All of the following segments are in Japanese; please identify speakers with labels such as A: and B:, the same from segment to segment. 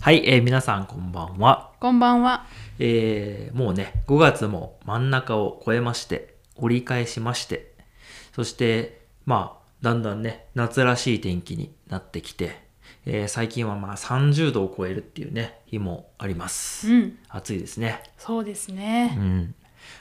A: はい、えー皆さんこんばんは。
B: こんばんは。
A: えーもうね、5月も真ん中を超えまして、折り返しまして、そして、まあ、だんだんね、夏らしい天気になってきて、えー最近はまあ30度を超えるっていうね、日もあります。
B: うん、
A: 暑いですね。
B: そうですね
A: う。ん。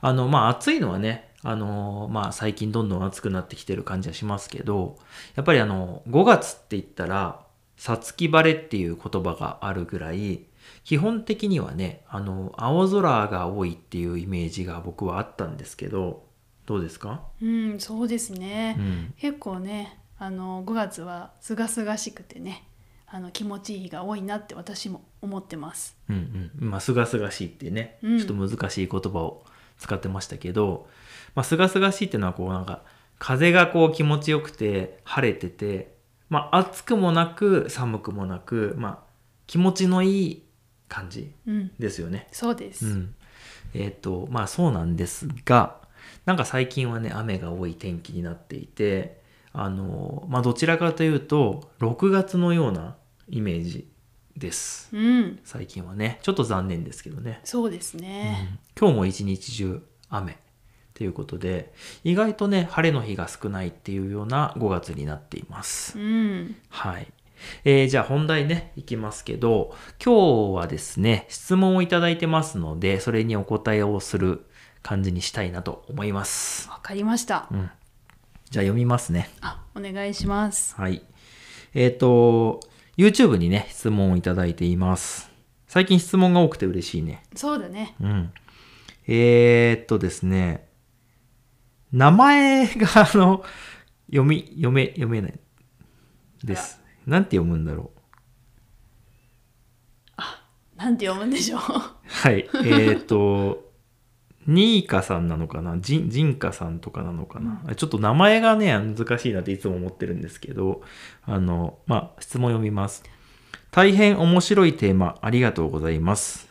A: あの、まあ暑いのはね、あのーまあ最近どんどん暑くなってきてる感じはしますけど、やっぱりあの、5月って言ったら、さつき晴れっていう言葉があるぐらい、基本的にはね、あの、青空が多いっていうイメージが僕はあったんですけど、どうですか
B: うん、そうですね。
A: うん。
B: 結構ね、あの5月は清々しくてね、あの気持ちいい日が多いなって私も思ってます。
A: うんうん。まあ、すがすがしいっていうね、
B: うん
A: ちょっと難しい言葉を使ってましたけど、まあ、すがすがしいっていうのはこうなんか、風がこう気持ちよくて、晴れてて、まあ、暑くもなく、寒くもなく、まあ、気持ちのいい感じ
B: うん、
A: ですよね。
B: そうです。
A: うん。えっ、と、まあ、そうなんですが、なんか最近はね、雨が多い天気になっていて、あの、まあ、どちらかというと、6月のようなイメージです。
B: うん、
A: 最近はねちょっと残念ですけどね、
B: そうです
A: う
B: ね。
A: ん今日も一日中雨ということで意外とね晴れの日が少ないっていうような5月になっています、
B: うん、
A: はい、えーじゃあ本題ねいきますけど今日はですね質問をいただいてますのでそれにお答えをする感じにしたいなと思います、
B: わ、かりました。
A: うん、じゃあ読みますね
B: あ、お願いします。
A: はい。えっ、と YouTube にね質問をいただいています最近質問が多くて嬉しいね
B: そうだね。
A: うん。えー、っとですね。名前が、あの、読み、読め、読めない。です。なんて読むんだろう。
B: なんて読むんでしょう。
A: はい。えー、っと、ニーカさんなのかなジンジンカさんとかなのかな、ちょっと名前がね、難しいなっていつも思ってるんですけど、あの、まあ、質問読みます。大変面白いテーマ、ありがとうございます。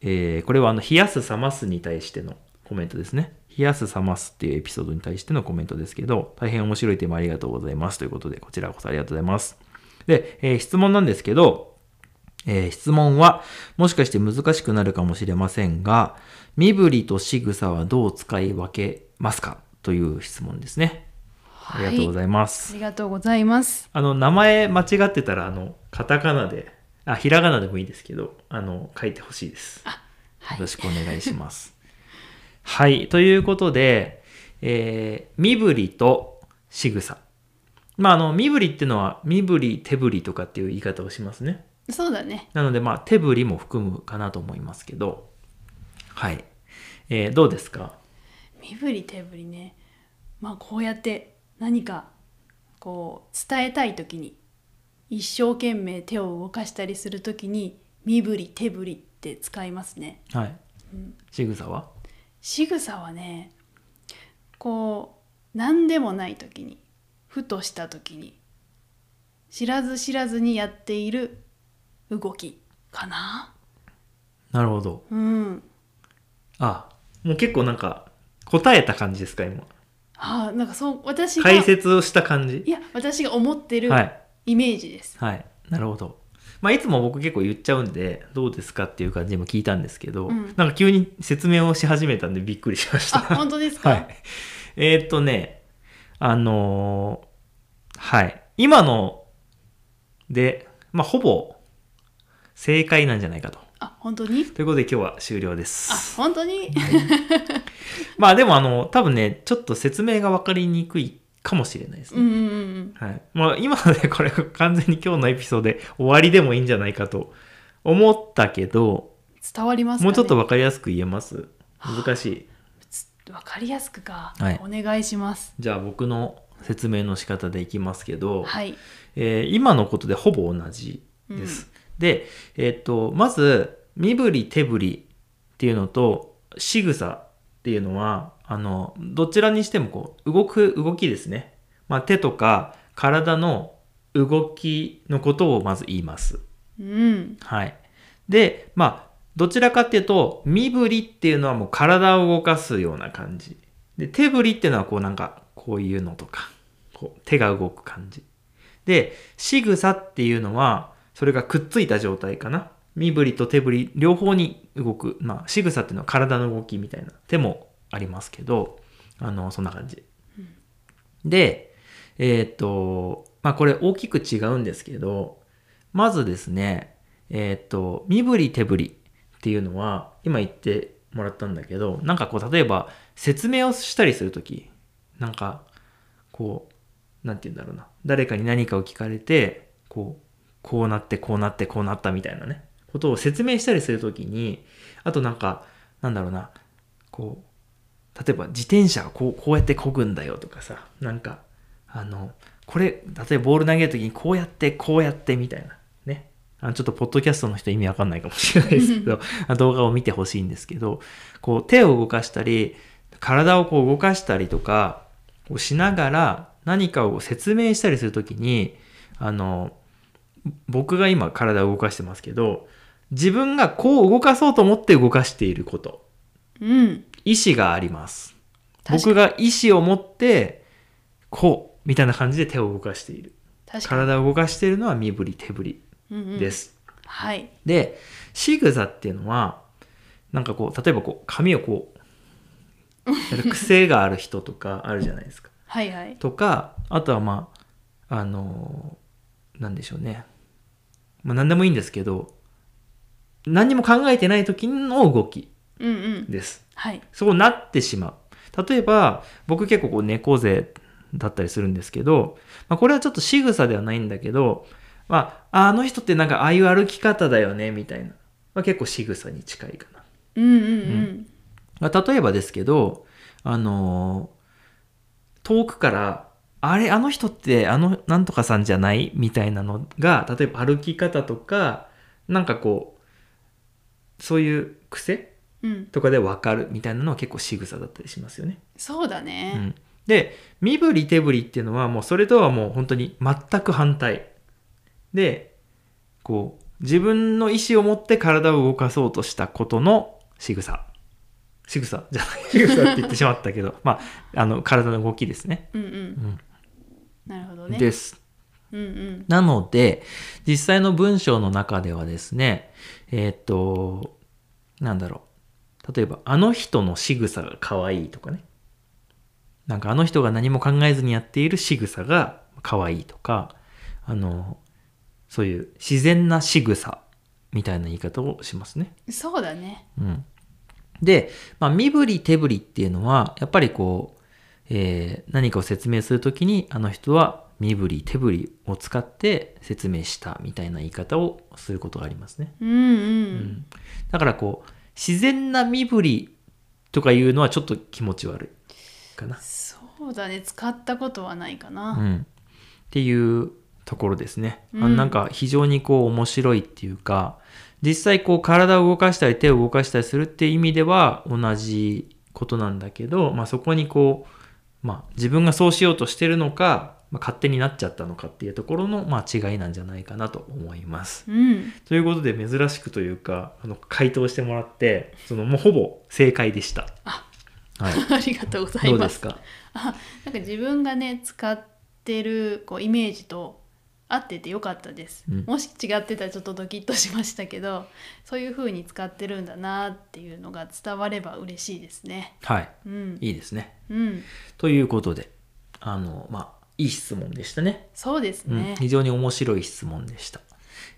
A: えーこれはあの、冷やす冷ますに対してのコメントですね。冷やす冷ますっていうエピソードに対してのコメントですけど、大変面白いテーマありがとうございますということで、こちらこそありがとうございます。で、えー質問なんですけど、えー質問は、もしかして難しくなるかもしれませんが、身振りと仕草はどう使い分けますかという質問ですね。ありがとうご
B: はい。
A: ざいま
B: あ
A: す。
B: りがとうございます。
A: あの、名前間違ってたら、あの、カタカナで、あ、ひらがなでもいいですけど、あの、書いてほしいです。
B: は
A: よろ
B: い。
A: しくお願いします。 はい、ということで、えー身振りと仕草。まあ、あの、身振りっていうのは、身振り、手振りとかっていう言い方をしますね。
B: そうだね。
A: なので、まあ、手振りも含むかなと思いますけど、はい。えーどうですか
B: 身振り手振りねまあこうやって何かこう伝えたい時に一生懸命手を動かしたりする時に身振り手振りって使いますね
A: はい。仕草は
B: 仕草はねこう何でもない時にふとした時に知らず知らずにやっている動きかな
A: なるほど。
B: うん
A: あ、もう結構なんか、答えた感じですか、今。
B: あーなんかそう私が
A: 解
B: い
A: 説をした感じ。
B: や私が思ってる
A: はい。
B: イメージです、
A: はい。なるほど。まあ、いつも僕結構言っちゃうんで、どうですかっていう感じでも聞いたんですけど、
B: うん
A: なんか急に説明をし始めたんでびっくりしまし
B: あ
A: た。
B: 本当です か、
A: はい。えーっとね、あのーはい。今ので、まあ、ほぼ正解なんじゃないかと。
B: あ本当に
A: ということで今日は終了で
B: あ
A: す。
B: 本当に
A: まあでもあの、多分ね、ちょっと説明がわかりにくいかもしれないです
B: う
A: ね。
B: んうんうん
A: はい。まあ今ので これが完全に今日のエピソードで終わりでもいいんじゃないかと思ったけど、
B: 伝わりますか、ね、
A: もうちょっとわかりやすく言えます難しい。
B: つわかりやすくか、
A: はい
B: お願いします
A: じゃあ僕の説明の仕方でいきますけど、
B: はい
A: えー今のことでほぼ同じです。で、えーっと、まず、身振り手振りっていうのと、仕草っていうのは、あの、どちらにしてもこう、動く、動きですね。まあ、手とか体の動きのことをまず言います。
B: うん
A: はい。で、まあ、どちらかっていうと、身振りっていうのはもう体を動かすような感じ。で、手振りっていうのはこうなんか、こういうのとか、こう手が動く感じ。で、仕草っていうのは、それがくっついた状態かな。身振りと手振り両方に動く、まあ、仕草っていうのは体の動きみたいな手もありますけど、あの、そんな感じ。で、えーっと、まあ、これ大きく違うんですけど、まずですね、えーっと、身振り手振りっていうのは、今言ってもらったんだけど、なんかこう、例えば説明をしたりするとき、なんか、こう、なんて言うんだろうな。誰かに何かを聞かれて、こう、こうなって、こうなって、こうなったみたいなね、ことを説明したりするときに、あとなんか、なんだろうな、こう、例えば自転車がこう、こうやって漕ぐんだよとかさ、なんか、あの、これ、例えばボール投げるときにこうやって、こうやってみたいな、ね。あのちょっとポッドキャストの人意味わかんないかもしれないですけど、あ動画を見てほしいんですけど、こう手を動かしたり、体をこう動かしたりとかをしながら何かを説明したりするときに、あの、僕が今体を動かしてますけど、自分がこう動かそうと思って動かしていること。
B: うん。
A: 意思があります。
B: 確か
A: 僕が意思を持って、こう、みたいな感じで手を動かしている。
B: 確か
A: 体を動かしているのは身振り手振り
B: に。うんうん
A: です。
B: はい。
A: で、仕草っていうのは、なんかこう、例えばこう、髪をこう、やる癖がある人と かあるじゃないですか。
B: はいはい。
A: とか、あとはまあ、あのーなんでしょうね。まあ何でもいいんですけど、何にも考えてない時の動き
B: うんうん。
A: です。
B: はい。
A: そうなってしまう。例えば、僕結構こう猫背だったりするんですけど、まあ、これはちょっと仕草ではないんだけど、まあ、ああの人ってなんかああいう歩き方だよね、みたいな。まあ、結構仕草に近いかな。
B: うんうん
A: まあ例えばですけど、あのー遠くから、あれ、あの人ってあの、なんとかさんじゃないみたいなのが、例えば歩き方とか、なんかこう、そういう癖
B: うん。うん。
A: とかでわかるみたいなのは結構仕草だったりしますよね。
B: そうだ
A: う
B: ね。
A: ん、で、身振り手振りっていうのはもうそれとはもう本当に全く反対。で、こう、自分の意思を持って体を動かそうとしたことの仕草。仕草じゃない、仕草って言ってしまったけど、まあ、あの、体の動きですね。
B: うんう。
A: うんん
B: なるほどね。
A: です。
B: うんうん。
A: なので、実際の文章の中ではですね、えーっと、なんだろう。例えば、あの人の仕草が可愛いとかね。なんかあの人が何も考えずにやっている仕草が可愛いとか、あの、そういう自然な仕草みたいな言い方をしますね。
B: そうだね。
A: うん。で、まあ、身振り手振りっていうのは、やっぱりこう、えー何かを説明するときに、あの人は身振り手振りを使って説明したみたいな言い方をすることがありますね。
B: うんうん。
A: うん。だからこう、自然な身振りとかいうのはちょっと気持ち悪いかな。
B: そうだね。使ったことはないかな。
A: うん、っていうところですね。あ
B: うん
A: なんか非常にこう面白いっていうか実際こう体を動かしたり手を動かしたりするっていう意味では同じことなんだけど、まあ、そこにこう、まあ、自分がそうしようとしてるのか、まあ勝手になっちゃったのかっていうところの、まあ、違いなんじゃないかなと思います。
B: うん。
A: ということで珍しくというかあの回答してもらってそのもうほぼ正解でした。
B: あ
A: はい、
B: ありがとうござい
A: どう
B: ま
A: ですす。か
B: あなんか自分がね使ってるこうイメージと合っててよかったです、
A: うん
B: もし違ってたらちょっとドキッとしましたけどそういう風に使ってるんだなっていうのが伝われば嬉しいですね
A: はい
B: うん
A: いいですね。
B: うん
A: ということで、あの、まあ、いい質問でしたね。
B: そうです
A: うん
B: ね、
A: 非常に面白い質問でした。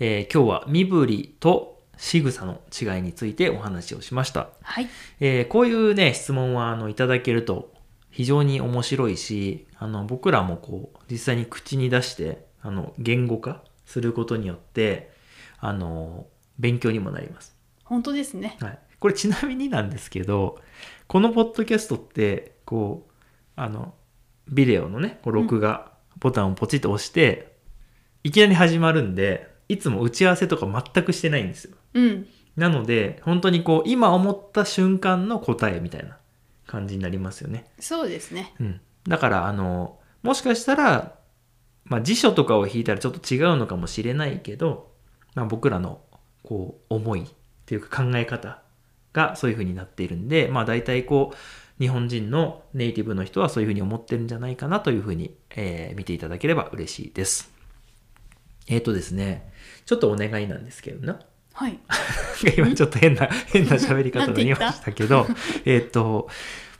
A: えー今日は身振りと仕草の違いについてお話をしました。
B: はい
A: えーこういうね、質問は、あの、いただけると非常に面白いし、あの、僕らもこう、実際に口に出して、あの、言語化することによって、あの、勉強にもなります。
B: 本当ですね
A: はい、これちなみになんですけどこのポッドキャストってこうあのビデオのねこう録画ボタンをポチッと押して、いきなり始まるんでいつも打ち合わせとか全くしてないんですよ
B: うん
A: なので本当にこう今思った瞬間の答えみたいな感じになりますよね、
B: そうですね
A: うん、だからあのもしかしたら、まあ、辞書とかを引いたらちょっと違うのかもしれないけど、まあ、僕らのこう思いっていうか考え方がそういうふうになっているんで、まあ、大体こう日本人のネイティブの人はそういうふうに思ってるんじゃないかなというふうに、えー見ていただければ嬉しいです。えっ、とですね、ちょっとお願いなんですけどな。
B: はい。
A: 今ちょっと変な、変な喋り方になりま
B: なんて言った
A: したけど、 えっと、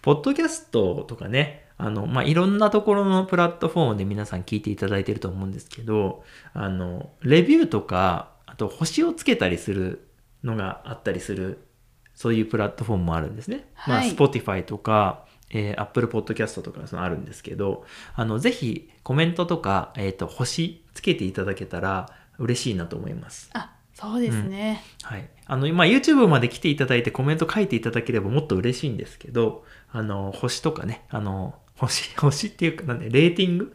A: ポッドキャストとかね、あの、まあ、いろんなところのプラットフォームで皆さん聞いていただいてると思うんですけど、あの、レビューとか、あと星をつけたりするのがあったりする、そういうプラットフォームもあるんですね。
B: は
A: ま
B: い
A: あ、Spotify とか、えー Apple Podcast とかそのあるんですけど、あの、ぜひコメントとか、えっ、と、星つけていただけたら嬉しいなと思います。
B: あ、そうですね。
A: はい、あの今 YouTube まで来ていただいてコメント書いていただければもっと嬉しいんですけどあの星とかねあの星 星っていうかなんでレーティング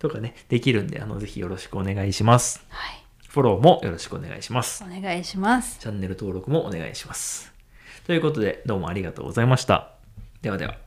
A: とかねできるんであのぜひよろしくお願いします
B: はい。
A: フォローもよろしくお願いします
B: お願いします。
A: チャンネル登録もお願いしますということでどうもありがとうございましたではでは